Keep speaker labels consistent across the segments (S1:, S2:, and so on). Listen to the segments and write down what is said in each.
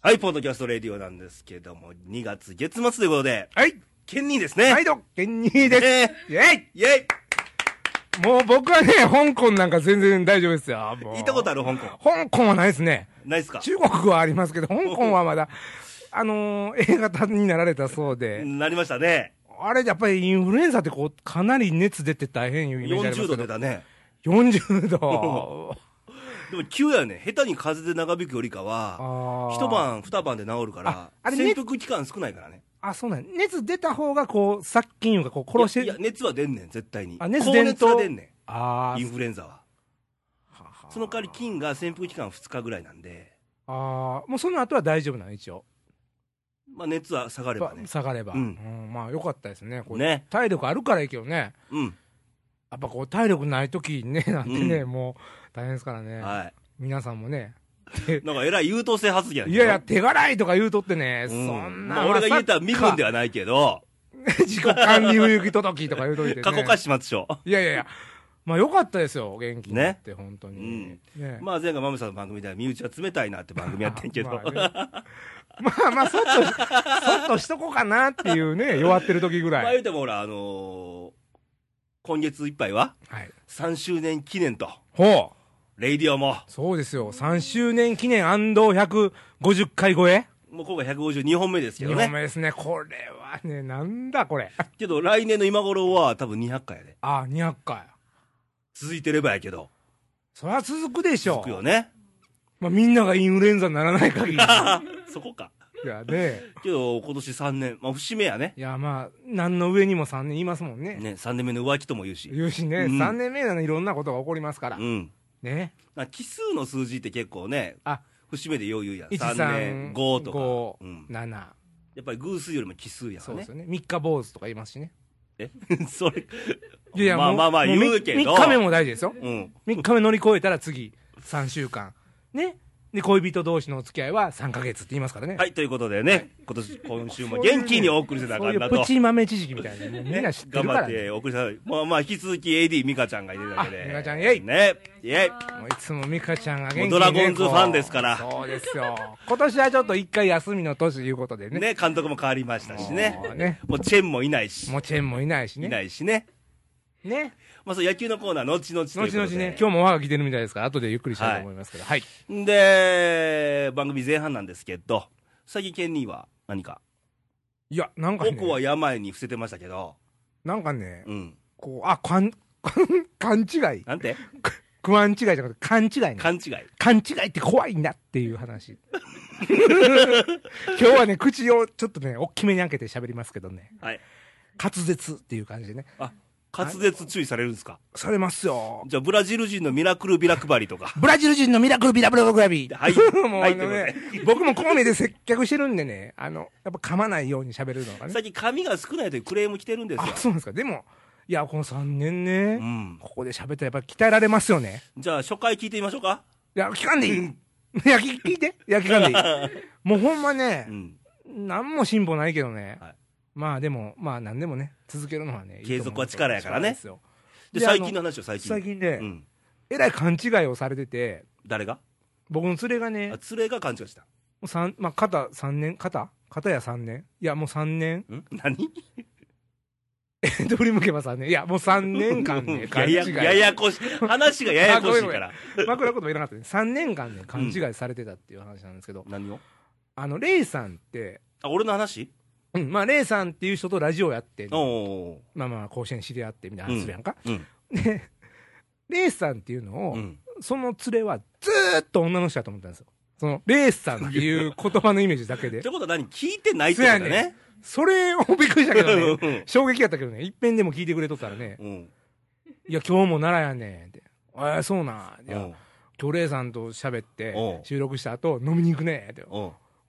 S1: はい、ポッドキャストレディオなんですけども、2月月末ということで、
S2: はい。
S1: ケンニーですね。
S2: はい、ど、ケンニーです。
S1: ね
S2: イェ
S1: イェイ
S2: イもう僕はね、香港なんか全然大丈夫ですよ。もう
S1: 行ったことある香港。
S2: 香港はないですね。
S1: ないですか
S2: 中国はありますけど、香港はまだ、あのー、A 型になられたそうで、
S1: なりましたね。
S2: あれやっぱりインフルエンザってこう、かなり熱出て大変いうイメージあります
S1: 40
S2: け
S1: 度
S2: ど
S1: 出。たね。
S2: 40度。
S1: でも急やね、下手に風邪で長引くよりかは、
S2: あー
S1: 一。晩、二晩で治るから
S2: あ、あれね
S1: 潜伏期間少ないからね。
S2: あ、そうなんや熱出た方がこう、殺菌いうかこう、殺して
S1: いや、いや熱は出んねん、絶対に。
S2: あ熱
S1: 高
S2: 出んと
S1: 熱は出んね
S2: あ
S1: ん、イ
S2: ー
S1: ンフルエンザは。その代わり菌が潜伏期間2日ぐらいなんで、
S2: あーもうその後は大丈夫なの、一応。
S1: まあ熱は下がればね。
S2: 下がれば。
S1: うん
S2: うんまあ、よかったですね。これ
S1: ね。
S2: 体力あるからいいけどね。
S1: うん。
S2: やっぱこう、体力ない時にね、なんてね、もう、大変ですからね。
S1: はい。
S2: 皆さんもね。
S1: なんかえらい優等生発言
S2: いやいや、
S1: で
S2: 手洗いとか言うとってね、
S1: しょ、
S2: そ
S1: うんん
S2: な、
S1: まあ、俺が言えたら身分で
S2: は。
S1: はないけど、
S2: 自己管理不行き届きとか言うといて、ね。
S1: 過去化始末書。
S2: いやいやいや。まあ、よかったですよ、元気になって、本当に。ね
S1: まあ前回マムさんの番組では身内は冷たいなって番組やってんけど、
S2: まあねまあまあ、そっと、そっとしとこうかなっていうね、弱ってる時ぐ
S1: まあ
S2: ら
S1: 言
S2: い。
S1: うてもほら、あのー今月いっぱいは
S2: はい。
S1: 3周年記念と、
S2: ほう。
S1: レイディオも、
S2: そうですよ。3周年記念 &150 回超え。
S1: もう今回152本目ですけど
S2: 2
S1: ね
S2: 本。目ですね。これはね、なんだこれ。
S1: けど来年の今頃は多分200回やで。
S2: あ、200回。
S1: 続いてればやけど、
S2: そりゃ続くでしょう。
S1: 続くよね。
S2: まあ、みんながインフルエンザにならない限り。い
S1: そこか。
S2: や、ね。
S1: けど今年3年、まあ節目やね。
S2: いや、まあ、何の上にも3年いますもんね。
S1: ね、3年目の浮気とも言うし。
S2: 言うしね、
S1: うん
S2: 3年目なのにいろんなことが起こりますから。
S1: うん。
S2: ね。
S1: なんか奇数の数字って結構ね、
S2: あ、
S1: 節目でよう言うやん。
S2: 1、
S1: 3年、
S2: 3、
S1: 5とか。
S2: 5
S1: うん、
S2: 7。
S1: やっぱり偶数よりも奇数やか
S2: そ
S1: ら
S2: うで
S1: ね
S2: す。よね。三日坊主とか言いますしね。
S1: え それ、
S2: いやいや
S1: まあ
S2: も
S1: まあまあ
S2: も
S1: 言うけど
S2: 3日目も大事ですよ。
S1: うん。
S2: 3日目乗り越えたら次、3週間。ね。で、恋人同士のお付き合いは3ヶ月って言いますからね。
S1: はい、ということでね、今年、今週も元気にお送りせなあ
S2: そ
S1: か
S2: うい
S1: ん
S2: う
S1: な
S2: プ
S1: と。
S2: チ豆知識みたいな、もうみんな
S1: ね
S2: 知って
S1: 頑
S2: る
S1: 張
S2: から、
S1: っ
S2: ね。
S1: てお送りせなまあまあ、引き続き AD ミカちゃんがいるだけで。
S2: あミカちゃんイェイ
S1: ね、イェイ
S2: もういつも美香ちゃんが元気に、ね、
S1: もうドラゴンズ
S2: こう
S1: ファンですから
S2: そうですよ。今年はちょっと一回休みの年ということでね。
S1: ね、監督も変わりましたしね
S2: も。うね
S1: もうチェンもいないし。
S2: もうチェンもいないしね。
S1: いないしね。
S2: ね。
S1: まあ、そう、野球のコーナー、後々という
S2: 後
S1: ことで。
S2: 々ね、今日もおはがき出るみたいですから、後でゆっくりしたいと思いますけど。はい。
S1: で、番組前半なんですけど、最近ケンニーは何か、
S2: いや、なんかね、
S1: 僕は病に伏せてましたけど、
S2: なんかね、
S1: うん。
S2: こう、あ、かん、 かん勘違い。
S1: なんて
S2: 不安違いじゃなくて、勘違いね。
S1: 勘違い。
S2: 勘違いって怖いんだっていう話。 今日はね、口をちょっとね、大きめに開けて喋りますけどね。
S1: はい。
S2: 滑舌っていう感じでね。
S1: あ、滑舌注意されるんですか
S2: されますよ。。
S1: じゃあ、ブラジル人のミラクルビラ配りとか
S2: ブラジル人のミラクルビラブラグラビー。
S1: はい
S2: もう
S1: はい
S2: あの
S1: という
S2: ね、僕もこうねで接客してるんでね、あの、やっぱ噛まないように喋るのがね。
S1: 最近髪が少ないというクレーム来てるんですよ
S2: あ、。そうなんですか。でも、いや、この3年ね、
S1: うん。
S2: ここで喋ったらやっぱ鍛えられますよね。
S1: じゃあ、初回聞いてみましょうか。
S2: いや、聞かんでいい。 いや、聞聞いて。いや、聞かんでいい。もうほんまね
S1: う、ん。
S2: 何も進歩ないけどね、
S1: はい
S2: まあでも、まあ何でもね、続けるのはね、いいと思う
S1: 継続は力やからね
S2: そうなん
S1: で、
S2: で
S1: 最近の話を最
S2: です
S1: 近。
S2: よ最近ね、
S1: うん。
S2: えらい勘違いをされてて、
S1: 誰が
S2: 僕の連れが
S1: あ、
S2: ね
S1: 連、れが勘違いした。
S2: もう三まあ、肩3年、肩肩や3年、いや、もう3年、
S1: ん何
S2: 振り向けば3年、いや、もう3年間ね、勘
S1: や
S2: 違い、
S1: やややこしい。話がややこしいから。
S2: 枕言葉いらなかったね、3年間ね、勘違いされてたっていう話なんですけど、
S1: 何を
S2: あの、レイさんって、
S1: あ、俺の話
S2: うん、まあ、レイさんっていう人とラジオやってんの、
S1: おー。
S2: まあまあ、甲子園知り合ってみたいな話するやんか、
S1: うん。
S2: で、レイさんっていうのを、
S1: うん。
S2: その連れはずーっと女の人だと思ったんですよ。その、レースさんっていう言葉のイメージだ け
S1: っ
S2: で
S1: て。ことは何聞いてないってことだ
S2: そうや
S1: ね。
S2: それをびっくりしたけど
S1: う
S2: ね
S1: ん。
S2: 衝撃やったけどね。一遍でも聞いてくれとったらね。
S1: うん。
S2: いや、今日も奈良やねんって。えー、そうなん。いや、
S1: うん
S2: 今日レイさんと喋っ
S1: う
S2: て
S1: ん、
S2: 収録した後、飲みに行くねって。
S1: う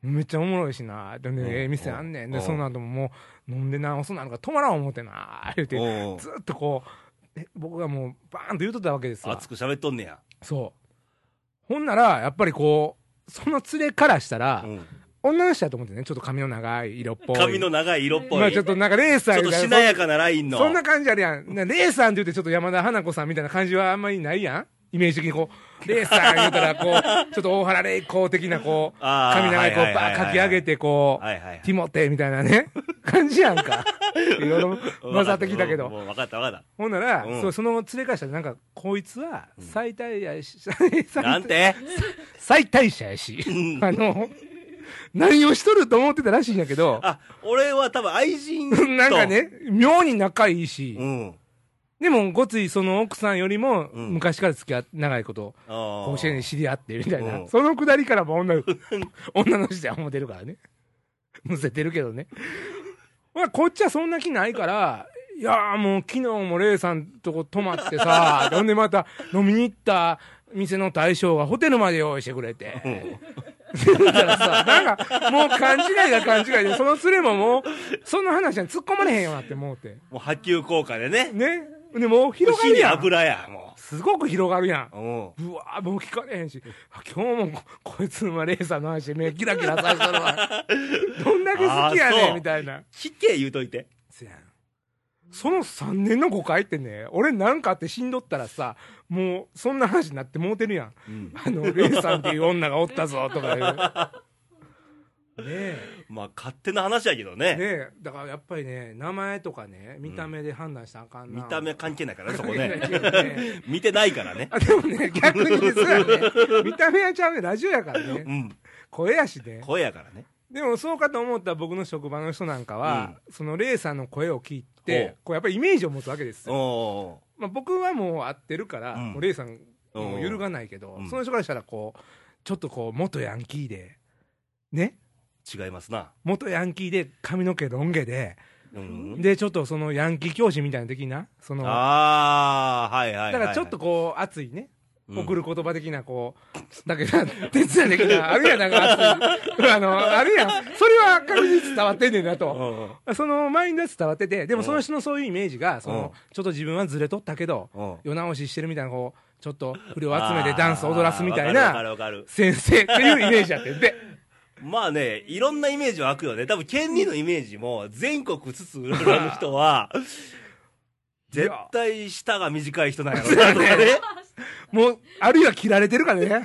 S1: ん。
S2: めっちゃおもろいしな。でね
S1: うん、
S2: ええ店あんねん。
S1: う
S2: で、
S1: ん
S2: その後ももう、飲んでな、遅なのか止まらん思ってな。言うて、
S1: うん
S2: ずーっとこう、え僕がもう、バーンと言うとったわけですよ。
S1: 熱く喋っとんねや。
S2: そう。ほんなら、やっぱりこう、その連れからしたら、
S1: うん
S2: 女の人だと思ってね、ちょっと髪の長い色っぽい。
S1: 髪の長い色っぽい。
S2: まあちょっとなんかレーサー
S1: ちょっと
S2: みた
S1: し
S2: い
S1: な
S2: な。
S1: やかなラインの。
S2: そんな感じあるやん。なレーサーって言ってちょっと山田花子さんみたいな感じはあんまりないやん。イメージ的にこ う、レーサー言うたら、こう、ちょっと大原麗子的な、こう、
S1: あー
S2: 髪長い子を
S1: はいはいはい
S2: バ
S1: はい
S2: ー書き上げて、こう、
S1: はいはいはい
S2: ティモテーみたいなね、感じやん か。いろいろ混ざってきたけど。
S1: もう分かった分かっ
S2: ほんなら、
S1: うん
S2: そうその連れ返したら、なんか、こいつは、最大やし、
S1: た。なんて
S2: 最大者やし、あの、何をしとると思ってたらしいんやけど、
S1: あ、俺は多分愛人と。
S2: なんか。ね、妙に仲いいし、
S1: うん。
S2: でも、ごついその奥さんよりも、
S1: うん
S2: 昔から付き合って、長いこと、
S1: 甲
S2: 甲子園で知り合ってみたいな、
S1: うん
S2: そのくだりからも 女の女の人は思ってるからね。むせてるけどね。まあ、こっちはそんな気ないから、いやーもう昨日もレイさんとこ泊まっ てさ、ほんでまた飲みに行った店の大将がホテルまで用意してくれて。って言ったらさ、 なんかもう勘違いが勘違いで、その連れももう、その話に突っ込まれへんようになってもうて。
S1: もう波及効果でね。
S2: ね。でもう広
S1: 牛
S2: がる
S1: に
S2: やん。
S1: 油や、も
S2: すごく広がるやん
S1: う。。うん。
S2: うわーもう聞かれへんし、あ今日もここいつのレーサーの話で目キラキラさせてるわ。どんだけ好きや
S1: あー
S2: ね
S1: そ
S2: ん
S1: う
S2: みたいな。
S1: 聞け言うといて。
S2: せやんその3年の5回ってね、俺なんかあって死んどったらさ、もうそんな話になってもうてるやん。
S1: うん。
S2: あの、レイさんっていう女がおったぞとかいう。ねえ、
S1: まあ、勝手な話やけど
S2: ね
S1: ね。
S2: え、だからやっぱりね、名前とかね、見た目で判断したらあかん
S1: 見
S2: な。
S1: た目関係ないからね、そこね。
S2: 関係ないけどね
S1: 見てないからね。
S2: あでもね、逆にですよね、見た目はちゃうね、ラジオやからね
S1: う。ん。
S2: 声やしね。
S1: 声やからね。
S2: でもそうかと思った僕の職場の人なんかは、そのレイさんの声を聞い
S1: ほ
S2: て
S1: う、
S2: こうやっぱりイメージを持つわけです
S1: お
S2: よ。
S1: お
S2: まあ、僕はもう合ってるから、
S1: うん
S2: もうレイさんもう揺るがないけど、
S1: うん
S2: その人からしたらこう、ちょっとこう、元ヤンキーで、ね、
S1: ー。違いますな。
S2: 元ヤンキーで髪の毛ロン毛で、
S1: うん。
S2: で、ちょっとそのヤンキー教師みたいな的な、その、だ
S1: ああ、はいはいはい。
S2: からちょっとこう、熱いね、
S1: うん
S2: 送る言葉的な、こう、だけど、哲也的な、あるやん、なんか熱い、あの、あるやん、それは確実に伝わってんねんなと。
S1: うん。
S2: そのマインドは伝わってて、で
S1: う
S2: も
S1: ん
S2: その人のそういうイメージが、そのちょっと自分はずれとったけど
S1: うん、
S2: 世直ししてるみたいな、こう、ちょっと不良集めてダンス踊らすみたい
S1: あーわかる
S2: な
S1: わかるわか
S2: 先生っていうイメージやってんで、
S1: る。まあね、いろんなイメージは開くよね。多分、県人のイメージも、全国つつ裏の人は、絶対舌が短い人なんやろうなとかね。
S2: もう、あるいは切られてるからね、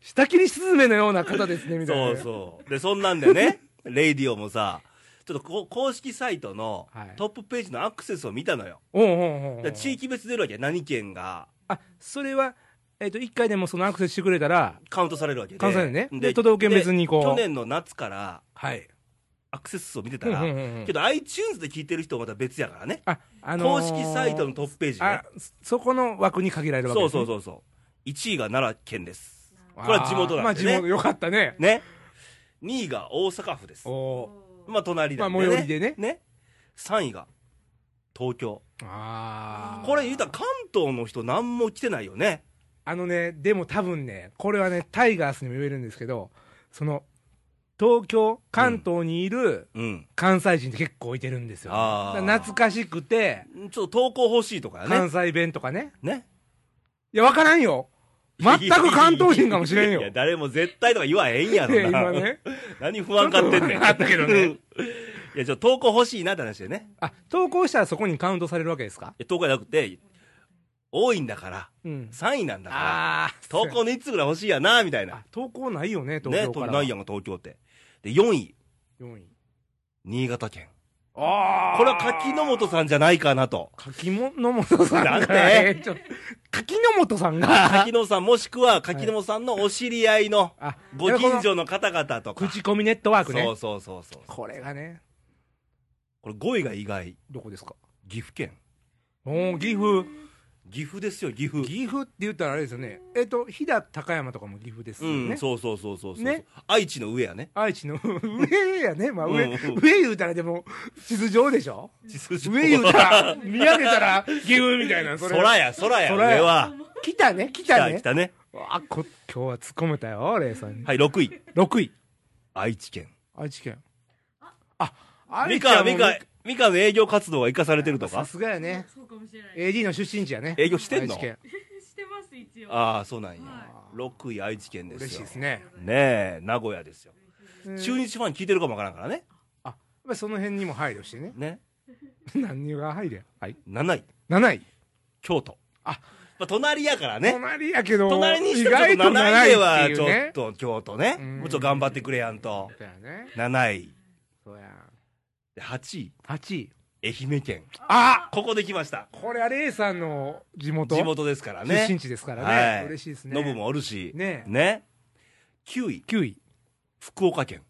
S2: 下切りスズメのような方ですね、みた
S1: そ
S2: いなね。
S1: うそう。で、そんなんでね、レイディオもさ、ちょっとこ公式サイトの
S2: はい
S1: トップページのアクセスを見たのよ。
S2: おうおうおうおう
S1: で地域別出るわけや何県が
S2: あ、それは、えっと、1回でもそのアクセスしてくれたら、
S1: カウントされるわけで。
S2: カウントされるねで都道府県別にこう
S1: で去年の夏から
S2: はい。
S1: アクセス数を見てたら、
S2: うんうんうんうん
S1: けど iTunes で聞いてる人はまた別やからね。
S2: あ、あの
S1: 公
S2: ー、
S1: 式サイトのトップページね
S2: あ、そこの枠に限られるわ
S1: そ
S2: けで
S1: う
S2: すね
S1: そうそうそう。1位が奈良県です。これは地元
S2: あ
S1: な
S2: ーま
S1: ん
S2: あ、
S1: で
S2: 地
S1: ね
S2: 元、よかったね。
S1: ね。2位が大阪府です。
S2: おー
S1: まあ隣だ、ね。
S2: まあ最寄りでね
S1: ね。3位が東京。
S2: あー
S1: これ言うたら関東の人何も来てないよね。
S2: あのね、でも多分ね、これはね、タイガースにも言えるんですけど、その、東京、関東にいる
S1: うん。
S2: 関西人って結構いてるんですよ。
S1: あー
S2: だから懐かしくて、
S1: ちょっと投稿欲しいとかね
S2: 関。西弁とかね。
S1: ね。
S2: いや、わからんよ。全く関東人かもしれんよ。
S1: い
S2: い
S1: や、誰も絶対とか言わへんや
S2: や
S1: ろな。
S2: 今ね。
S1: 何不安買ってんねん。
S2: ちょっと不安買ったけどね
S1: うん。 いや、ちょっと投稿欲しいなって話でね。
S2: あ、投稿したらそこにカウントされるわけですか
S1: いや投稿じゃなくて、多いんだから、
S2: うん。
S1: 3位なんだから、
S2: あー
S1: 投稿のいつぐらい欲しいやな、みたいな
S2: あ。、投稿ないよね、東
S1: ね
S2: 京、から。
S1: ないやんか、東京って。で、4位、
S2: 4位。
S1: 新潟県。
S2: あ
S1: これは柿野本さんじゃないかなと。
S2: 柿の本さん
S1: だ
S2: が
S1: って
S2: えちょ柿の本さんが
S1: 柿野さん、もしくは柿野さんのお知り合いの、
S2: あ
S1: ご近所の方々とか。
S2: 口コミネットワークね
S1: そうそうそうそう。
S2: これがね
S1: これ5位が意外。
S2: どこですか
S1: 岐阜県。
S2: おお岐阜
S1: 岐阜ですよ、岐阜。
S2: 岐阜って言ったらあれですよねえっ、と飛騨高山とかも岐阜です
S1: う
S2: よね、
S1: ん、そうそうそうそうそう。
S2: ね
S1: 愛知の上やね。
S2: 愛知の上やねまあ上、
S1: うんうん
S2: 上言うたらでも地図上でしょ
S1: 地図上
S2: 上言うたら見上げたら岐阜みたいなそれ
S1: 空や、空や、
S2: 空や
S1: 上は。
S2: 来たね来
S1: 来
S2: た
S1: た、
S2: ね
S1: 来たね。
S2: あこ今日は突っ込めたよレイさんに
S1: はい、6位。
S2: 6位
S1: 愛知県。
S2: 愛知県あ愛
S1: ミ
S2: 知は
S1: カ、
S2: もう
S1: ミカ、ミカの営業活動が生かされてると
S2: さ
S1: か
S2: すがやね
S3: そうかもしれない。
S2: AD の出身地やね
S1: 営業してんの
S2: 愛知県
S3: してます一応。
S1: ああ、そうなんや
S3: は。
S1: 6位、愛知県ですよ。
S2: 嬉しいですね
S1: ねえ、名古屋ですよ。中日ファン聞いてるかもわからんからね。
S2: あやっぱりその辺にも配慮 してね
S1: ね。
S2: 何が配慮はい
S1: 7位、
S2: 7位
S1: 京都。
S2: あ
S1: まあ、隣やからね。
S2: 隣やけど、
S1: 隣にし
S2: 意
S1: てはちょっと
S2: 外と
S1: 7
S2: 長
S1: 位では、
S2: いってい
S1: ち
S2: うね。
S1: ょっと京都ね。
S2: うん
S1: もうちょっと頑張ってくれやんと。
S2: そうやね。
S1: 7位。
S2: そうや。
S1: で8位。
S2: 8位。
S1: 愛媛県。
S2: あ
S1: ここで来ました。
S2: これはレイさんの地元。
S1: 地元ですから
S2: 出身
S1: ね。
S2: 地ですから
S1: はい
S2: ね。嬉しいですね。
S1: ノブもおるし。
S2: ねえ
S1: ね。9位。
S2: 9位。
S1: 福岡県。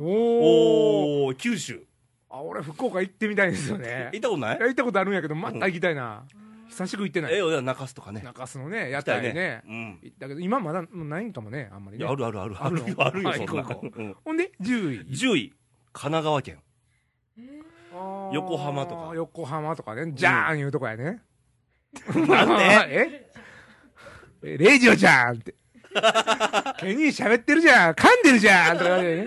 S2: おお。
S1: おー、九州。
S2: あ、俺福岡行ってみたいんですよね。
S1: 行ったことない
S2: いや行ったことあるんやけど、また行きたいな。久しく行ってな
S1: ええ
S2: い。
S1: よ、じゃあ中洲とかね。
S2: 中洲のね、屋
S1: 行きたい
S2: 台ね。
S1: うん。
S2: 行ったけど、今まだもうないんかもね、あんまり
S1: い
S2: ね
S1: や、あ。るあるある。あ
S2: ある
S1: る
S2: の
S1: よ、あるよ、
S2: はい
S1: そんな
S2: 行こう行
S1: の。うん
S2: ほんで、10位。
S1: 10位。神奈川 県。
S2: あー
S1: 横浜とか
S2: 横浜とかね。じゃーんいうとこやね。
S1: なんで
S2: ええレイジオじゃー んって。ケニー喋ってるじゃん噛んでるじゃんとかね。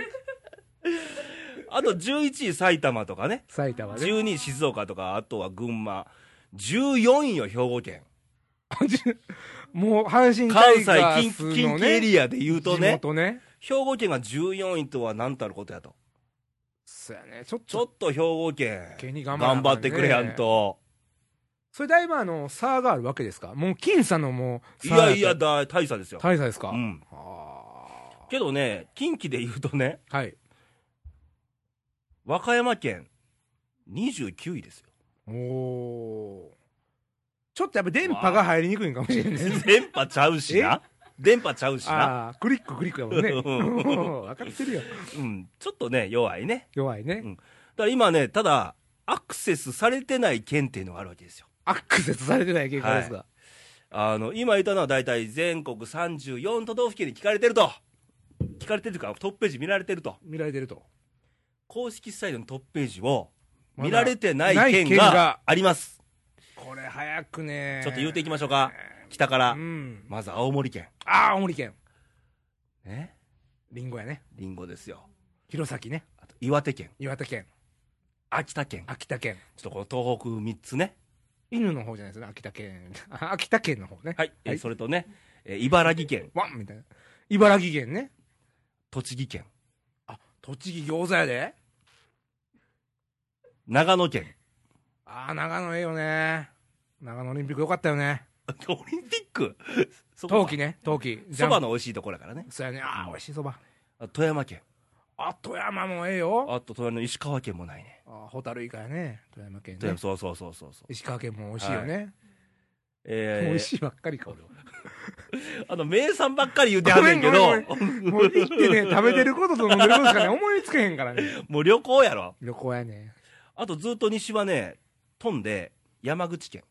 S1: あと11位埼玉とかね。
S2: 埼玉ね。
S1: 12位静岡とか、あとは群馬。14位よ、兵庫県。
S2: もう阪神タ
S1: 関西
S2: イガー
S1: 近
S2: スの、ね、
S1: 近畿エリアで言うと
S2: 地
S1: ね、
S2: 元ね。
S1: 兵庫県が14位とは何たることやと。
S2: そうやね。ちょっ
S1: ちょ
S2: と、
S1: っと兵庫県、
S2: 急に頑張らな
S1: 頑
S2: あかん
S1: 張
S2: ね
S1: ってくれやんと。
S2: それだいぶあの、差があるわけですかもう僅差のもう、
S1: いやい
S2: 差
S1: や、
S2: と、
S1: だ大差ですよ。
S2: 大差ですか、
S1: うん。
S2: あ
S1: けどね、近畿で言うとね、
S2: ーはい。
S1: 和歌山県、29位ですよ。
S2: おー。ちょっとやっぱ電波が入りにくいんかもしれないです。
S1: 電波ちゃうしな。電波ちゃうしな。
S2: ああ、クリッククリックやもんね。
S1: うん
S2: 分かってるよ。
S1: うん。ちょっとね、弱いね。
S2: 弱い
S1: だ
S2: ね。
S1: から今ね、ただ、アクセスされてない県っていうのがあるわけですよ。
S2: アクセスされてない結果ですが。
S1: あの、今言ったのは大体全国34都道府県に聞かれてると。聞かれてるというか、トップページ見られてると。
S2: 見られてると。
S1: 公式サイトのトップページを
S2: まだ
S1: 見られてな
S2: ないい
S1: 県
S2: 県
S1: が
S2: が
S1: あります。
S2: これ早くね。
S1: ちょっと言うていきましょうか。北から
S2: う。ん。
S1: まず青森県。
S2: ああ、青森県。
S1: ね。
S2: リンゴやね。
S1: リンゴですよ。
S2: 弘前ね。
S1: あと岩手県。
S2: 岩手県。
S1: 秋田県。
S2: 秋田県。
S1: ちょっとこの東北3つね。
S2: 犬の方じゃないですね。秋田県。 あ秋田県の方ね。
S1: はい。えーそれとね、えー茨城県、
S2: ワンみたいな。茨城県ね。
S1: 栃木県、
S2: あ、栃木餃子やで。
S1: 長野 県。
S2: ああ、長野ええよね。長野オリンピックよかったよね。
S1: オリンピック そこ
S2: 冬
S1: か
S2: 季ね。冬季。
S1: そば
S2: の。
S1: の美味しいところだからね。
S2: そうやね。ああ、美味しいそば。
S1: あ富山県。
S2: あ、富山もええよ。
S1: あと隣の石川県もないね。
S2: あ、ホタルイカやね。富山県
S1: 富
S2: ね
S1: 山。そうそうそうそうそう。
S2: 石川県も美味しいよね。
S1: えー
S2: 美味しいばっかりか、俺は。
S1: あの、名産ばっかり言うてはんねんけど
S2: ごめん、ごもう生きてね、食べてることと飲んでることしかね、思いつけへんからね。
S1: もう旅行やろ。
S2: 旅行やね。
S1: あとずっと西はね、飛んで、山口県。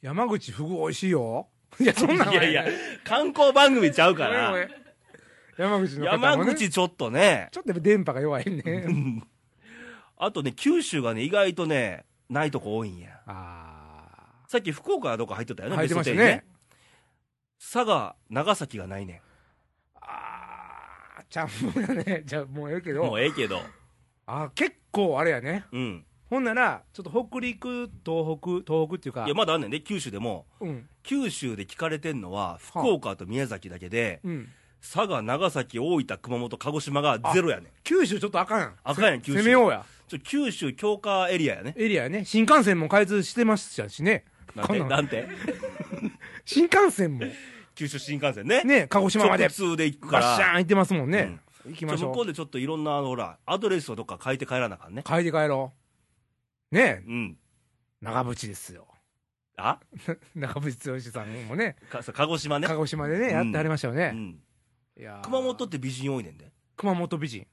S2: 山口フグ美味しいよ。いや、そんなん
S1: いやいや、観光番組ちゃうか
S2: ごめんごめ
S1: ら
S2: ん。山口の方も、ね。
S1: 山口ちょっとね、
S2: ちょっとやっぱ電波が弱いね。
S1: あとね、九州がね、意外とね、ないとこ多いんや。
S2: あ
S1: さっき福岡はどっか入ってたよ
S2: あ。
S1: ね、
S2: 入ってまし
S1: ベ
S2: た
S1: スト10
S2: ね。
S1: 佐賀、長崎がないね
S2: ああ、ちゃんもやね。 じゃあもうええけ
S1: ん。も
S2: ど。
S1: うええけど。
S2: あー結構あれやね。
S1: うん。
S2: ほんなら、ちょっと北陸、東北、東北っていうか
S1: いや、、まだあんねんね、九州でも。
S2: うん、
S1: 九州で聞かれてんのは、福岡と宮崎だけで、
S2: うん。
S1: 佐賀、長崎、大分、熊本、鹿児島がゼロやねん。
S2: 九州ちょっとあかんやん。
S1: あかんやん、九州。
S2: 攻めようや。
S1: ちょ九州強化エリアやね。
S2: エリアやね。新幹線も開通してましたしね。
S1: なん
S2: こん
S1: て、
S2: なん
S1: なんて。
S2: 新幹線も、
S1: 九州新幹線ね。
S2: ね、鹿児島まで
S1: 直、通で行くか
S2: ガッシャーン
S1: ら。
S2: 行ってますもんね。行き
S1: じゃ
S2: ま
S1: あ
S2: しょ
S1: 向こ
S2: う。
S1: うでちょっといろんな、あの、ほら、アドレスをどっか変えて帰らなあかんね。
S2: 帰り帰ろう。ね
S1: うん。
S2: 長渕ですよ。
S1: あ
S2: 長渕剛さんもね、
S1: かそう鹿児島ね
S2: 鹿。児島で
S1: うん
S2: ね、やってありましたよ
S1: う
S2: ね。
S1: ん
S2: いやー
S1: 熊本って美人多いねんで。
S2: 熊本美人。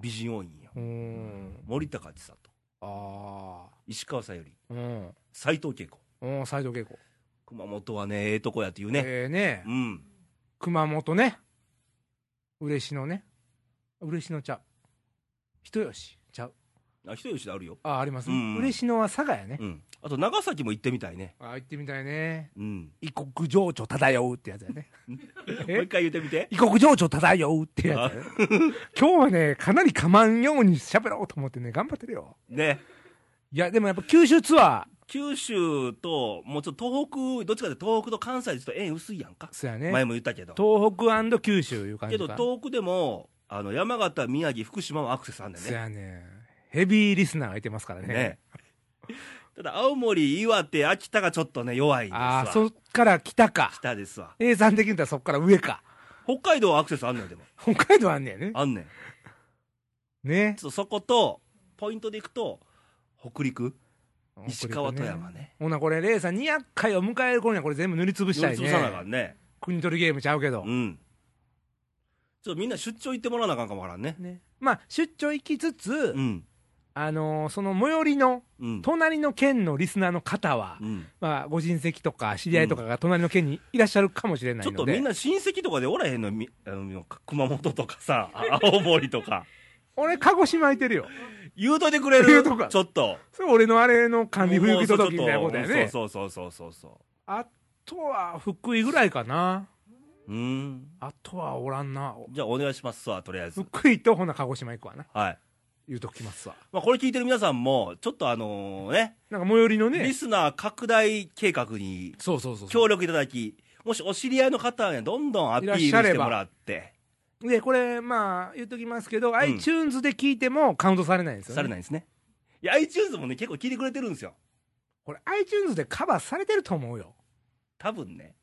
S1: 美人多いんよ。
S2: うーん。
S1: 森高千里。
S2: あ
S1: 石川さゆり。
S2: あ。うん。
S1: 斎藤恵子。
S2: うん、斎藤恵子。
S1: 熊本はね、ええとこやっていうね。
S2: ええね
S1: う。ん。
S2: 熊本ね。嬉野ね。嬉野ちゃう。人吉ちゃう。
S1: あ、人吉であるよ。
S2: あ、あります。
S1: うん
S2: 嬉野は佐賀やね
S1: う。ん。あと、長崎も行ってみたいね。
S2: あ、行ってみたいね。
S1: うん。
S2: 異国情緒漂うってやつやね。え
S1: もう一回言ってみて。
S2: 異国情緒漂うってやつやね。 今日はね、かなりかまんように喋ろうと思ってね、頑張ってるよ。
S1: ね。
S2: いや、でもやっぱ九州ツアー、
S1: 九州と、もうちょっと東北、どっちかで東北と関西でちょっと縁薄いやんか。
S2: そうや
S1: 前
S2: ね。
S1: も言ったけど。
S2: 東北九州いう感
S1: け
S2: じ
S1: ど、
S2: か。
S1: 東北でも、あの、山形、宮城、福島はアクセスあんだよ
S2: そう
S1: ね。
S2: やね。ヘビーリスナーがいてますからね。
S1: ね。ただ、青森、岩手、秋田がちょっとね、弱いですわ。
S2: ああ、そっから北か。
S1: 北ですわ。
S2: A さん的に言ったらそっから上か。
S1: 北海道はアクセスあんねん、でも。
S2: 北海道あんねやね。
S1: あんねん。
S2: ね
S1: ち。ょっとそこと、ポイントでいくと、北陸、石川、富山。ね。
S2: ほな、これ、レイさん200回を迎える頃にはこれ全部塗りつぶした
S1: 乗り
S2: い
S1: 潰さなあか
S2: ね。
S1: んね。
S2: 国取りゲームちゃうけど。
S1: うん。ちょっとみんな出張行ってもらわなあかんかもわからんね。
S2: ね。まあ、出張行きつつ
S1: う、ん。
S2: あのー、その最寄りの、
S1: うん。
S2: 隣の県のリスナーの方は
S1: う、ん。
S2: まあ、ご親戚とか知り合いとかが隣の県にいらっしゃるかもしれな
S1: ち
S2: い
S1: ょっと
S2: の
S1: みん
S2: で、
S1: な親戚とかでおらへんのみあの熊本とかさ、 あ青森とか。
S2: 俺、鹿児島いてるよ。
S1: 言うといてくれ
S2: 言
S1: る
S2: うとか
S1: ちょっと。
S2: それ俺のあれの管理不行き届きみたいなことやね。
S1: そうそうそうそうそうそ
S2: あとは、福井ぐらいかな。
S1: う。うん。
S2: あとはおらんな。
S1: じゃあお願いしますわ、とりあえず。
S2: 福井とほな鹿児島行くわな。
S1: はい。
S2: 言うときますわ。
S1: まあこれ聞いてる皆さんも、ちょっとあのね、
S2: なんか最寄りの
S1: リ
S2: ね。
S1: スナー拡大計画に
S2: そうそうそうそ
S1: 協力いただき、もしお知り合いの方にどんどんアピール
S2: いらっしゃ
S1: し
S2: れ
S1: て
S2: ば
S1: もらって、
S2: う。で、これ、まあ、言うときますけど、iTunes で聞いてもカウントされないんですよ、ね。
S1: されないんですね。いや、iTunes もね、結構聞いてくれてるんですよ。
S2: これ、iTunes でカバーされてると思うよ。
S1: 多分ね。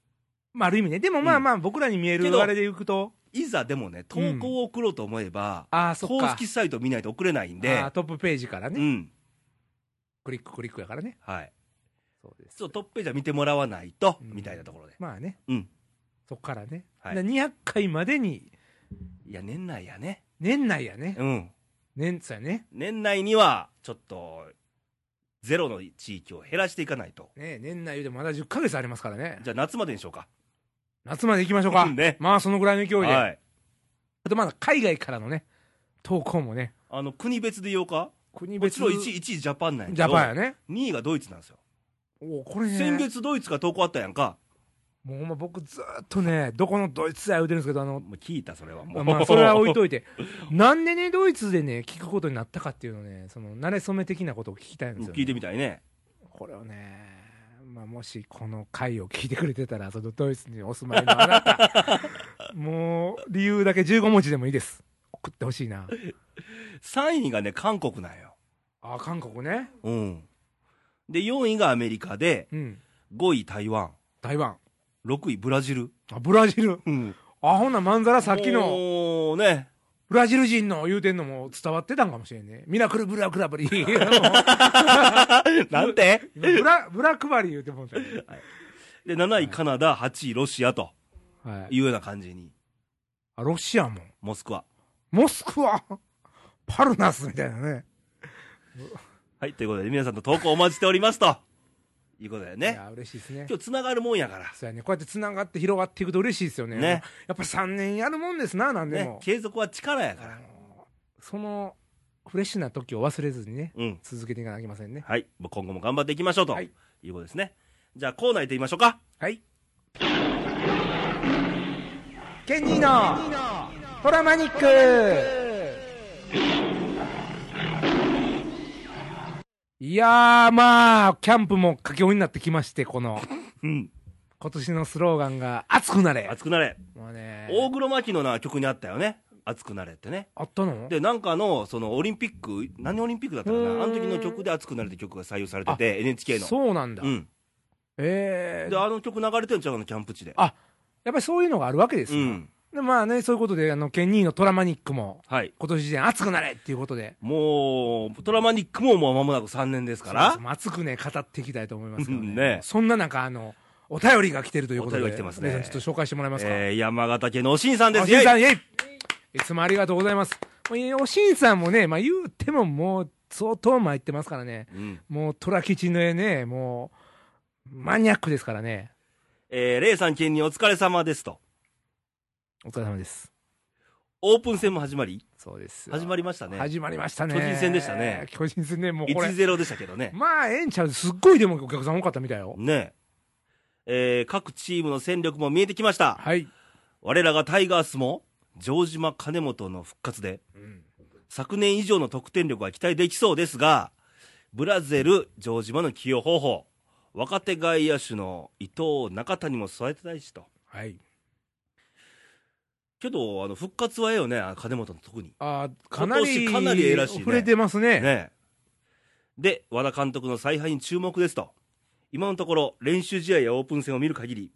S2: まあ、ある意味ね。でもまあ
S1: うん
S2: まあ、僕らに見え
S1: け
S2: る
S1: ど
S2: あれで行くと、
S1: いざでもね、投稿を送ろうと思えば、
S2: ああ、そっ
S1: 公
S2: か。
S1: 式サイト見ないと送れないん
S2: あー
S1: で、
S2: トップページから
S1: う
S2: ね。
S1: ん。
S2: クリッククリックやからね。
S1: はい。
S2: そうです
S1: ちょっとトップページは見てもらわないと、
S2: うん
S1: みたいなところで。
S2: まあね。
S1: うん。
S2: そっからね。
S1: はい
S2: だから200回までに、
S1: いや、年内やね。
S2: 年内やね。
S1: うん。
S2: 年、そうやね。
S1: 年内には、ちょっと、ゼロの地域を減らしていかないと。
S2: ね年内言うてもまだ10ヶ月ありますからね。
S1: じゃあ、夏までにしようか。
S2: 夏まで行きましょうか。
S1: うんね
S2: まあ、そのぐらいの勢いで。
S1: はい。
S2: あと、まだ海外からのね、投稿もね。
S1: あの、国別で言おうか。
S2: 国
S1: もちろん1位、
S2: ジ
S1: 1位ジャパンなんやけど。
S2: ャパンやね。
S1: 2位がドイツなんですよ。
S2: おこれね。
S1: 先月ドイツが投稿あったやんか。
S2: もうほんま僕ずーっとね、どこのドイツだよ言うてるんですけど、あの、
S1: もう聞いた、それはもう。
S2: まあ、それは置いといて。なんでね、ドイツでね、聞くことになったかっていうのね、その、慣れ初め的なことを聞きたいんですよ、ね。
S1: 聞いてみたいね。
S2: これをね、まあ、もしこの回を聞いてくれてたら、そのドイツにお住まいのあなた、 もう理由だけ15文字でもいいです。送ってほしいな。
S1: 3位がね、韓国なんよ。
S2: あ、韓国ね。
S1: うん。で、4位がアメリカで、
S2: うん。
S1: 5位台湾、
S2: 台湾。
S1: 6位ブラジル。
S2: あ、ブラジル。
S1: うん。
S2: あ、ほんなまんざらさっきの、
S1: もう ね、
S2: ブラジル人の言うてんのも伝わってたんかもしれんね。ミラクルブラクラブリ。もう
S1: なんて
S2: 今ブラ、ブラクバリ言うてもんたよね
S1: で、7位カナダ、8位ロシアと
S2: はい。
S1: いうような感じに、
S2: あ、ロシアも。
S1: モスクワ。
S2: モスクワ。パルナスみたいなね。
S1: はい、ということで皆さんの投稿お待ちしておりますと。いうことだよ
S2: い
S1: ね。
S2: や、嬉しいですね。
S1: 今日繋がるもんやから。
S2: そうやね、こうやってつながって広がっていくと嬉しいですよね。
S1: ね
S2: やっぱ3年やるもんですな、なんで
S1: ね
S2: も。、
S1: 継続は力やか
S2: あ
S1: ら。
S2: のそのフレッシュな時を忘れずにね、
S1: うん。
S2: 続けていかなきゃいけませんね。
S1: はい、もう今後も頑張っていきましょうと。
S2: はい
S1: い。うことですね。じゃあ、コーナー行ってみましょうか。
S2: はい。ケニーのトラマニックいやーまあ、キャンプも佳境になってきまして、この、
S1: うん。
S2: 今年のスローガンが、熱くなれ
S1: 熱くなれ。
S2: もうね
S1: 大黒摩季のな曲にあったよね。熱くなれってね。
S2: あったの
S1: で、なんかの、その、オリンピック、何オリンピックだったか
S2: うーん
S1: な。あの時の曲で熱くなれって曲が採用されてて、NHK の。
S2: そうなんだ。
S1: うん。
S2: ええ
S1: で、あの曲流れてんちゃうかな、キャンプ地で。
S2: あやっぱりそういうのがあるわけです
S1: う
S2: よ、
S1: ん。
S2: でまあね、そういうことで、あのケニーのトラマニックも、
S1: はい。
S2: 今年で熱くなれっていうことで、
S1: もう、トラマニックももう間もなく3年ですから、
S2: そうそう熱くね、語っていきたいと思いますけどね、
S1: うんね
S2: そんな中あの、お便りが来てるということで、
S1: お便りが来てますね
S2: 皆さんちょっと紹介してもらえますか。
S1: えー山形県のおしんさんです。
S2: おしんさ
S1: イェイ
S2: ん、イェイいつもありがとうございます。もういやおしんさんもね、まあ、言うてももう、相当参ってますからね、
S1: うん
S2: もう、虎吉の絵ね、もう、マニアックですからね、
S1: えー、レイさん県にお疲れ様ですと。
S2: お疲れ様です。
S1: オープン戦も始まり、
S2: そうですよ。
S1: 始まりましたね。
S2: 始まりましたね。
S1: 巨人戦でしたね
S2: 巨人戦ね、もうこれ。
S1: 1-0でしたけどね。
S2: まあ、ええんちゃう。すっごいでもお客さん多かったみたいよ。
S1: ねえ。えー各チームの戦力も見えてきました。
S2: はい。
S1: 我らがタイガースも、城島金本の復活で、昨年以上の得点力が期待できそうですが、ブラゼル、城島の起用方法、若手外野手の伊藤、中谷も育てたいしと。
S2: はい。
S1: けど、あの、復活はええよね、あ金本の特に。
S2: あーかなり、
S1: 今年かなりええらしいね
S2: 触れてますね。
S1: ねで、和田監督の采配に注目ですと。今のところ、練習試合やオープン戦を見る限り、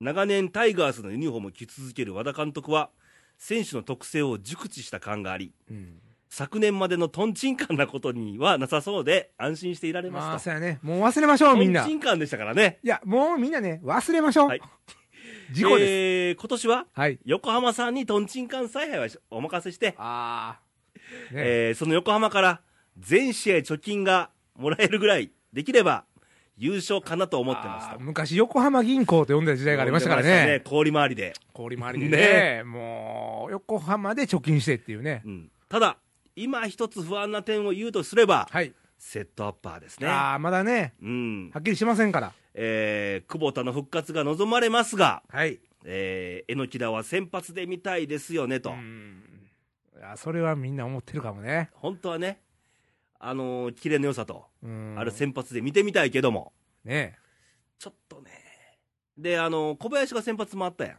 S1: 長年タイガースのユニフォームを着続ける和田監督は、選手の特性を熟知した感があり、
S2: うん
S1: 昨年までのトンチンカンなことにはなさそうで、安心していられ
S2: まあ
S1: ますと。
S2: そうやねもう忘れましょうみん
S1: ト
S2: な
S1: ンチ
S2: い
S1: ンカンでしたからね。
S2: やもうみんなね忘れましょう、
S1: はい
S2: 事故です、
S1: えー今年は、
S2: はい
S1: 横浜さんにトンチンカン采配はお任せして、
S2: ああね
S1: えーその横浜から全試合貯金がもらえるぐらいできれば優勝かなと思ってます
S2: あー
S1: と。
S2: 昔横浜銀行と呼んでた時代がありましたから
S1: 呼
S2: ね
S1: んでました氷回りで。
S2: 氷回りでね
S1: ね
S2: もう横浜で貯金してっていうね
S1: うんただ、今一つ不安な点を言うとすれば、
S2: はい、
S1: セットアッパーですね。
S2: ああまだね
S1: うん
S2: はっきりしませんから
S1: えー久保田の復活が望まれますが、
S2: はい
S1: えー、榎木田は先発で見たいですよねと、
S2: うんいやそれはみんな思ってるかもね
S1: 本当はね、あのー、キレの良さと、
S2: うん
S1: ある先発で見てみたいけども、
S2: ね
S1: ちょっとね、で、あのー小林が先発もあったやん。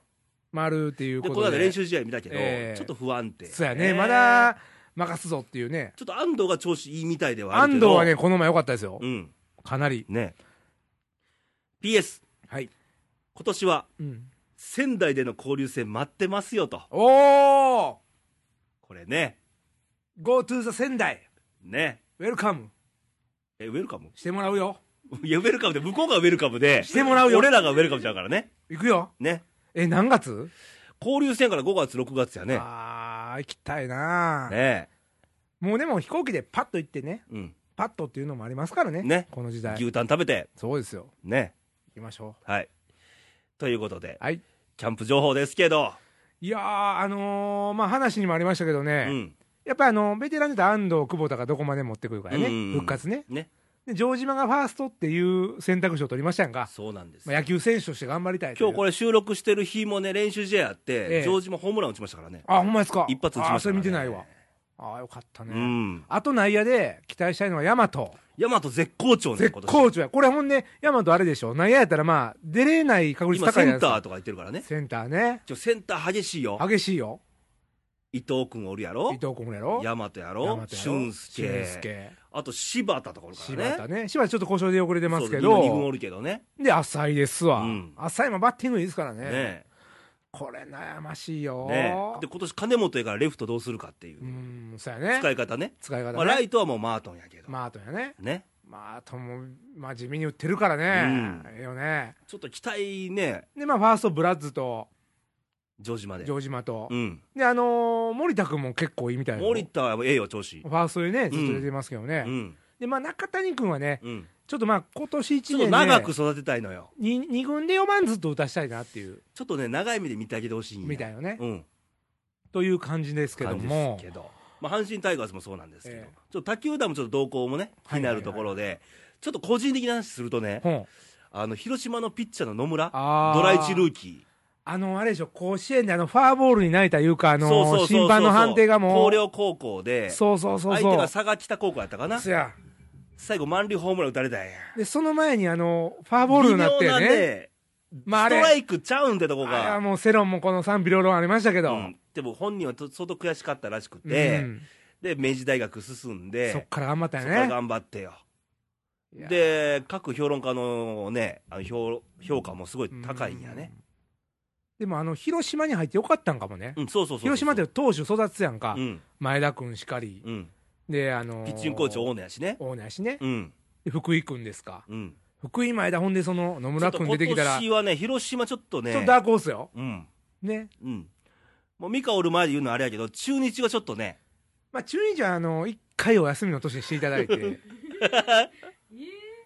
S2: 丸っていう
S1: で
S2: こ
S1: ことの
S2: で
S1: 間練習試合見たけど、
S2: ええ
S1: ちょっと不安定、
S2: そうやねまだ任すぞっていうね
S1: ちょっと安藤が調子いいみたいではある
S2: 安
S1: け
S2: 藤
S1: ど
S2: はねこの前良かったですよ、
S1: うん
S2: かなり
S1: ね PS
S2: はい、
S1: 今年は
S2: うん、
S1: 仙台での交流戦待ってますよと
S2: おー
S1: これね
S2: Go to the 仙台
S1: ね
S2: ウェルカム
S1: えウェルカム
S2: してもらうよ
S1: いやウェルカムで向こうがウェルカムで
S2: してもらうよ
S1: 俺らがウェルカムちゃうからね
S2: 行くよ
S1: ね
S2: え何月、
S1: 交流戦から5月6月やね
S2: ああ行きたいなあ
S1: ね
S2: もうでも飛行機でパッと行ってね
S1: うん
S2: パッとっていうのもありますからね
S1: ね
S2: この時代
S1: 牛タン食べて
S2: そうですよ
S1: ね
S2: 行きましょ
S1: はいということで
S2: うはい
S1: キャンプ情報ですけど、
S2: いやーあのーまあ話にもありましたけどね、
S1: うん
S2: やっぱりあのベテランで安藤久保田がどこまで持ってくるかやね、
S1: うんうんうん
S2: 復活ね
S1: ね
S2: で城島がファーストっていう選択肢を取りましたやんか、
S1: そうなんです
S2: まあ、野球選手として頑張りたい
S1: 今日これ
S2: れ
S1: 収録してる日もね練習試合あって、
S2: ええ
S1: ジョージもホームラン打ちましたからね
S2: あほんまですか
S1: 一発打ちましたからね
S2: あーそれ見てないわああよかったね、
S1: うん
S2: あと内野で期待したいのは大和
S1: 大和絶好調ね
S2: 絶
S1: 今年
S2: 好調やこれほんで大和あれでしょ内野やったらまあ出れない確率
S1: 今
S2: 高
S1: セ
S2: いじゃな
S1: ン
S2: いです
S1: ター
S2: か
S1: とか言ってるからね
S2: センターね
S1: ちょセンター激しいよ
S2: 激しいよ
S1: 伊藤君おるやろ
S2: 伊藤君やろ
S1: 大和や
S2: 大和や
S1: ろ
S2: ろ
S1: 俊
S2: 俊
S1: 介
S2: 介
S1: あと柴田とかおるから
S2: 柴
S1: ね
S2: 田ね柴田ちょっと故障で遅れて
S1: そう
S2: ますけ
S1: 今二軍お
S2: ど
S1: るけどね
S2: で浅井ですわ、
S1: うん
S2: 浅井もバッティングいいですからね
S1: ね
S2: これ悩ましいよ、
S1: ねで今年金本やからレフトどうするかっていううん
S2: そうやね
S1: 使い方ね
S2: 使い方ね、
S1: まあ、ライトはもうマートンやけど、
S2: マートンやね
S1: ね
S2: マートンも、まあ、地味に打ってるからね、
S1: うん
S2: ええよね
S1: ちょっと期待ね
S2: でまあファーストブラッズと
S1: ジョージまで
S2: 城島と、
S1: うん
S2: であのー森田君も結構いいみたいな
S1: 森田はええよ調子
S2: ファーストでねずっと出てますけどね、
S1: うん
S2: でまあ中谷君はね
S1: うん
S2: ちょっとまあ今年1
S1: ち
S2: 年、
S1: ょっ
S2: ね、
S1: と長く育てたいのよ
S2: に二軍で4番ずっと打たしたいなっていう
S1: ちょっとね、長い目で見てあげてほしいんや
S2: みたいなね、
S1: うん。
S2: という感じですけど
S1: 感じ
S2: も
S1: ですけど。まあ、阪神タイガースもそうなんですけど、
S2: ええ
S1: ちょっと他球団もちょっと動向もね、気
S2: はい
S1: に
S2: は
S1: な
S2: いはい
S1: るところで、ちょっと個人的な話するとね、
S2: ほん
S1: あの、広島のピッチャーの野村、
S2: あー
S1: ドライチルーキ
S2: あのあれでしょ甲子園であのファーボールに泣いたいうかあ
S1: ー。
S2: の審判の判定がもう
S1: 広陵高校で、
S2: そうそうそうそう
S1: 相手が佐賀北高校やったかな
S2: そ。や
S1: 最後満塁ホームラン打たれたんや。
S2: でその前にあのファーボールになって
S1: 微妙な
S2: ね
S1: ね、
S2: まあ
S1: ス
S2: あ
S1: ト
S2: れ
S1: ライクちゃうんでとこ
S2: あれは
S1: が。
S2: もう世論もこの賛否両論ありましたけど、
S1: うんでも本人はと相当悔しかったらしく
S2: うん
S1: て、で、明治大学進んで、
S2: そっから頑張った
S1: そこから
S2: よね
S1: 頑張ってよ。
S2: いや
S1: で、各評論家のね、あの評評価もすごい高いんやね。
S2: でもあの広島に入ってよかったんかもね、
S1: うん、そうそうそうそう。
S2: 広島で投手育つやんか、
S1: うん、
S2: 前田君しかり、
S1: うん。
S2: であのー
S1: ピッチングコーチ大野やしね。
S2: 大野やしね、
S1: うん、
S2: で福井君ですか
S1: うん。
S2: 福井前田ほんでその野村
S1: ちょっと
S2: 君出てきたら
S1: 今
S2: ち
S1: 年はね、広島ちょっとね、
S2: ょっとダークホースよ
S1: うん、
S2: ね
S1: うん。もう、ミカおる前で言うのはあれやけど、中日がちょっとね、
S2: まあ中日はあの一回お休みの年にしていただいて い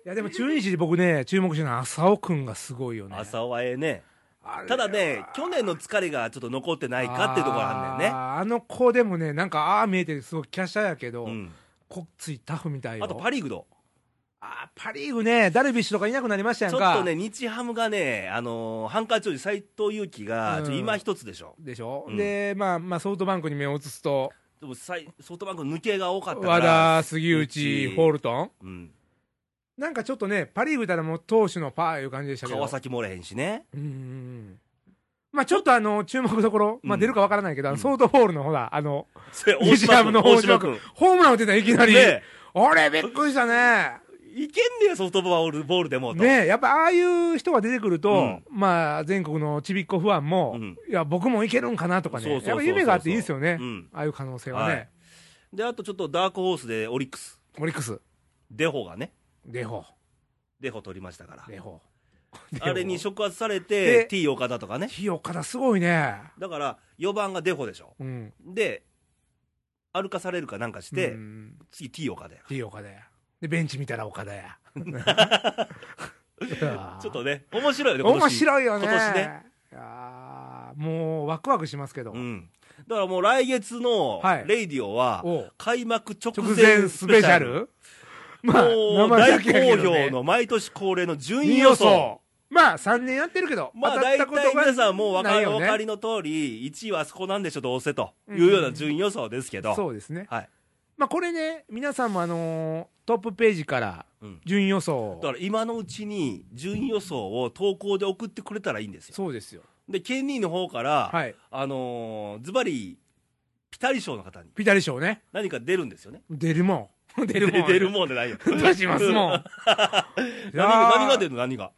S2: やでも中日で僕ね注目してるのは浅尾君がすごいよね
S1: 朝はええね。
S2: あれは
S1: ただね、去年の疲れがちょっと残ってないかっていうところあんねんね。
S2: あーあの子でもねなんかああ見えてすごい華奢やけど、
S1: うん、
S2: こっついタフみたいよ
S1: あとパ・リーグの
S2: あーパリーグねダルビッシュとかいなくなりましたや
S1: ち
S2: ん
S1: ょ
S2: か
S1: っとね、日ハムがね、あのー、ハンカチ王子斎藤佑樹が、
S2: うん
S1: ちょっと今一つでしょ、
S2: でしょ、
S1: うん
S2: で、まあ、まあソフトバンクに目を移すと
S1: でもさいソフトバンクの抜けが多かったから
S2: 和田杉内ホー
S1: ル、
S2: ルトン
S1: うん、
S2: なんかちょっとねパ・リーグいたらもう投手のパーいう感じでしたけど
S1: 川崎もおれへんしね
S2: うんうんうんまあちょっとあの注目どころ、まあ、
S1: うん
S2: 出るかわからないけど、あの
S1: うん
S2: ソフトボールのほらあの
S1: それ
S2: 西ハムの大島君ホームラン打ってたいきなり、
S1: ね
S2: 俺、びっくりしたね。
S1: いけんねや、ソフトボールボールでもと。
S2: ねえやっぱああいう人が出てくると、
S1: うん
S2: まあ、全国のちびっこファンも、
S1: うん
S2: いや、僕もいけるんかなとかね、
S1: そうそうそうそう
S2: やっぱ夢があっていいですよね、
S1: うん
S2: ああいう可能性はね、
S1: はいで、あとちょっとダークホースでオリックス、
S2: オリックス、
S1: デホがね、
S2: レホ、
S1: デホ取りましたから。
S2: レホ、
S1: あれに触発され
S2: で
S1: て、T 岡田とかね。
S2: 日岡田、すごいね、
S1: だから、4番がデホでしょ。
S2: うん、
S1: で、歩かされるかなんかして、
S2: うん、
S1: 次 T 岡田や。
S2: 日岡田や、で、ベンチ見たら岡 田や、
S1: ちょっとね、面白いよね、今年
S2: 面白いよね、
S1: 今年ね。
S2: いやーもうワクワクしますけど、
S1: うん。だからもう来月の
S2: はい
S1: レイディオは、
S2: お
S1: 開幕直
S2: 直
S1: 前ス
S2: 前ス
S1: ペ
S2: ペ
S1: シ
S2: シ
S1: ャ
S2: ャ
S1: ル。
S2: ル、まあ、
S1: もう
S2: 名前
S1: 大
S2: だけや
S1: 好
S2: けどね
S1: 評の毎年恒例の順
S2: 順
S1: 位
S2: 位
S1: 予
S2: 予
S1: 想。
S2: 想。まあ、3年やってるけど、
S1: まあ
S2: 当たっ
S1: 大
S2: た
S1: 体
S2: ことが
S1: 皆さんもう分か
S2: ない
S1: る、
S2: よ
S1: お
S2: ね
S1: 分かりの通り、1位はあそこなんでしょ、どうせと
S2: うん
S1: いうような順位予想ですけど。
S2: そうですね。
S1: はい。
S2: まあ、これね、皆さんもあのートップページから
S1: うん
S2: 順位予想
S1: だ
S2: を、
S1: から今のうちに順位予想を投稿で送ってくれたらいいんですよ。
S2: そうですよ。
S1: で、ケンニーの方から、
S2: はい。
S1: あのーズバリ、ピタリ賞の方に
S2: ピタリ賞ね。
S1: 何か出るんですよね。
S2: 出るもん。出る もん。
S1: 出るもんじゃない よ。
S2: 出しますもん。いや
S1: 何が
S2: ー
S1: 何が出るの何が。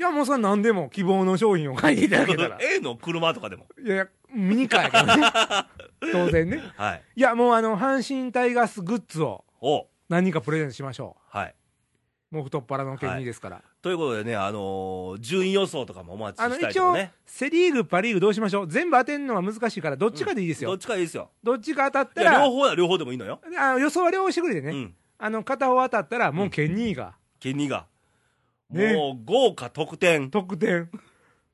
S2: いや、もうそれは何でも希望の商品を書いていただ けたら。
S1: A の車とかでも。
S2: いやいや、ミニカーやからね。 当然ね。
S1: はい。
S2: いや、もうあの、阪神タイガースグッズを
S1: お
S2: 何人かプレゼントしましょ
S1: はい。
S2: う。もう太っ腹の権利ですから。
S1: ということでね、あのー順位予想とかもお待ち
S2: あの
S1: したい
S2: 一
S1: と
S2: 応、
S1: ね。
S2: セ・リーグ、パ・リーグどうしましょう、全部当てるのは難しいから、どっちかでいいですよ、
S1: どっちかいいですよ。
S2: どっちか当たっ
S1: い
S2: た
S1: や、
S2: ら
S1: 両、方だ、両方でもいいのよ。
S2: あの予想は両方してくれてね、
S1: うん。
S2: あの片方当たったら、もうケニーが、
S1: ケニーが。
S2: ね
S1: もう、豪華特典。
S2: 得点、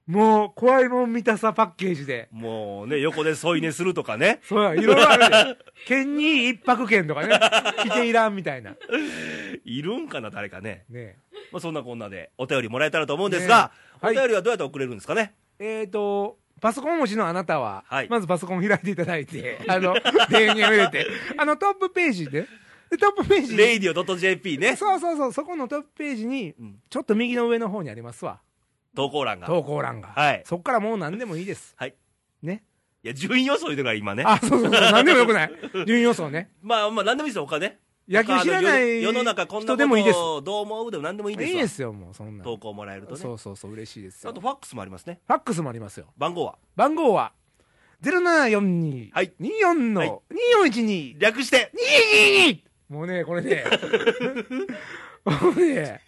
S2: もう怖いもん見たさパッケージで、
S1: もうね、横で添い寝するとかね。
S2: そうや、いろいろあるで、ケニー一泊券とかね、来ていらんみたいな、ね
S1: いるんかな、誰かね。
S2: え
S1: まあ、そんなこんなで、お便りもらえたらと思うんですが、
S2: ねはい
S1: お便りはどうやって送れるんですかね。
S2: えーと、パソコン持ちのあなたは、
S1: はい
S2: まずパソコン開いていただいて、あの、電源を入れて、あのトップページで、でトップページに
S1: レイディオ .jp ね。
S2: そうそうそう、そこのトップページに、
S1: うん
S2: ちょっと右の上の方にありますわ、
S1: 投稿欄が。
S2: 投稿欄が。
S1: はい
S2: そこからもう何でもいいです。
S1: はい。
S2: ね。
S1: いや、順位予想言うてから今ね。
S2: あ、そ うそうそう、何でもよくない。順位予想ね。
S1: まあ、まあ、なんでもいいですよ、他ね。
S2: 野球知
S1: 他
S2: ら
S1: あ
S2: な
S1: の
S2: い
S1: 世の世の中こんな
S2: 人
S1: こと
S2: でもいいです。
S1: どう思うでも何でもい
S2: い
S1: いです
S2: い
S1: わ
S2: ですよ、もうそんな。
S1: 投稿もらえるとね。
S2: そうそうそう、嬉しいです
S1: あ
S2: よ。
S1: と
S2: フ
S1: ファックスもありますね。
S2: ァックスもありますよ。
S1: 番号は
S2: 番号は、0742、
S1: はい
S2: 24
S1: はい
S2: の、2412、
S1: 略して
S2: 22もうね、これね、 もうね、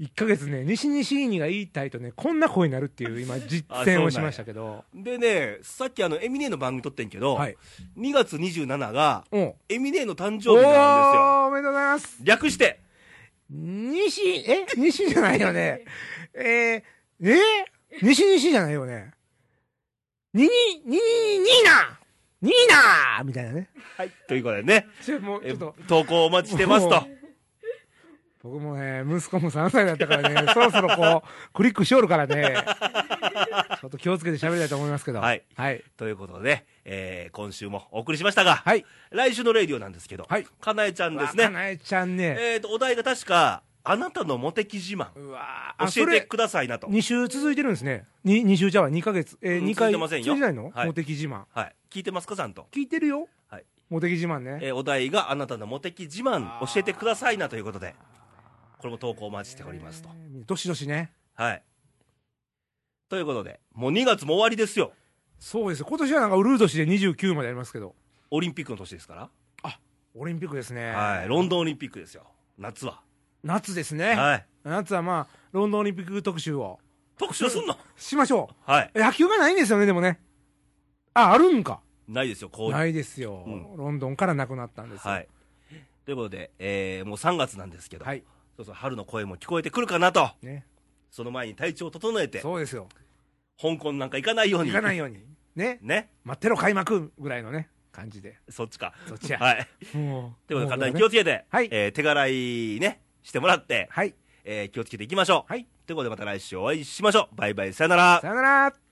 S2: 1ヶ月ね、西西イニが言いたいとね、こんな声になるっていう、今、実践をしましたけど、
S1: でね、さっきあの、エミネの番組撮ってんけど、
S2: はい。
S1: 2月27が、
S2: うん。
S1: エミネの誕
S2: お
S1: 生日なんで
S2: ーおめでとうございます
S1: すよ。略して、
S2: 西、え西じゃないよね。えー、えー、西西じゃないよね。にに、にに、にーなにーなみたいなね。
S1: はい。ということでね、
S2: ちょ、もう、ち
S1: え
S2: ょっと、
S1: 投稿お待ちしてますと
S2: も。僕もね、息子も3歳だったか らね、そろそろこう、クリックしおるからね、ちょっと気をつけて喋りたいと思いますけど。
S1: はい
S2: はい。
S1: ということで、えー今週もお送りしましたが、
S2: はい。
S1: 来週のレイディオなんですけど、
S2: はい
S1: かなえちゃんです
S2: わか
S1: ね。
S2: なえちゃんね。
S1: えっ、と、お題が確か、あなたのモテキ自慢、
S2: うわ
S1: 教えてくださいなと。
S2: 2週続いてるんですね。に2週じゃあ2ヶ月。えー、
S1: うん
S2: 2回。
S1: 続いてませんよ
S2: 続いてないの
S1: はい
S2: モテキ自慢。
S1: はい。聞いてますか、ちゃんと。
S2: 聞いてるよ。
S1: はい。
S2: モテキ自慢ね。
S1: えーお題があなたのモテキ自慢教えてくださいなということで、これも投稿お待ちしておりますと。
S2: えーどしどしね。
S1: はい。ということで、もう2月も終わりですよ。
S2: そうです。今年はなんかウルー年で29までありますけど。
S1: オリンピックの年ですか
S2: オリンピックですね。
S1: ら。はい。ロンドンオリンピックですよ。夏は。
S2: 夏ですね、
S1: はい。
S2: 夏はまあ、ロンドンオリンピック特集を
S1: 特集すんの
S2: しましょ
S1: はい。
S2: う。野球がないんですよね、でもね。あ、あるんか。
S1: ないですよ、こう。
S2: ないですよ、
S1: うん
S2: ロンドンからなくなったんですよ。
S1: はい。ということで、えーもう3月なんですけど、
S2: はい
S1: そうそう、春の声も聞こえてくるかなと。
S2: ね。
S1: その前に体調を整えて、
S2: そうですよ。
S1: 香港なんか行かないように。
S2: 行かないように。ね。
S1: ね。
S2: 待ってろ、開幕ぐらいのね、感じで。
S1: そっちか。
S2: そっちや。
S1: はい。
S2: もう。
S1: ということで、体
S2: もう
S1: に気をつけて、
S2: はい
S1: えー手洗いね、してもらって、
S2: はい。
S1: えー気をつけていきましょう。
S2: はい。
S1: ということで、また来週お会いしましょう。バイバイ、さよなら。
S2: さよなら。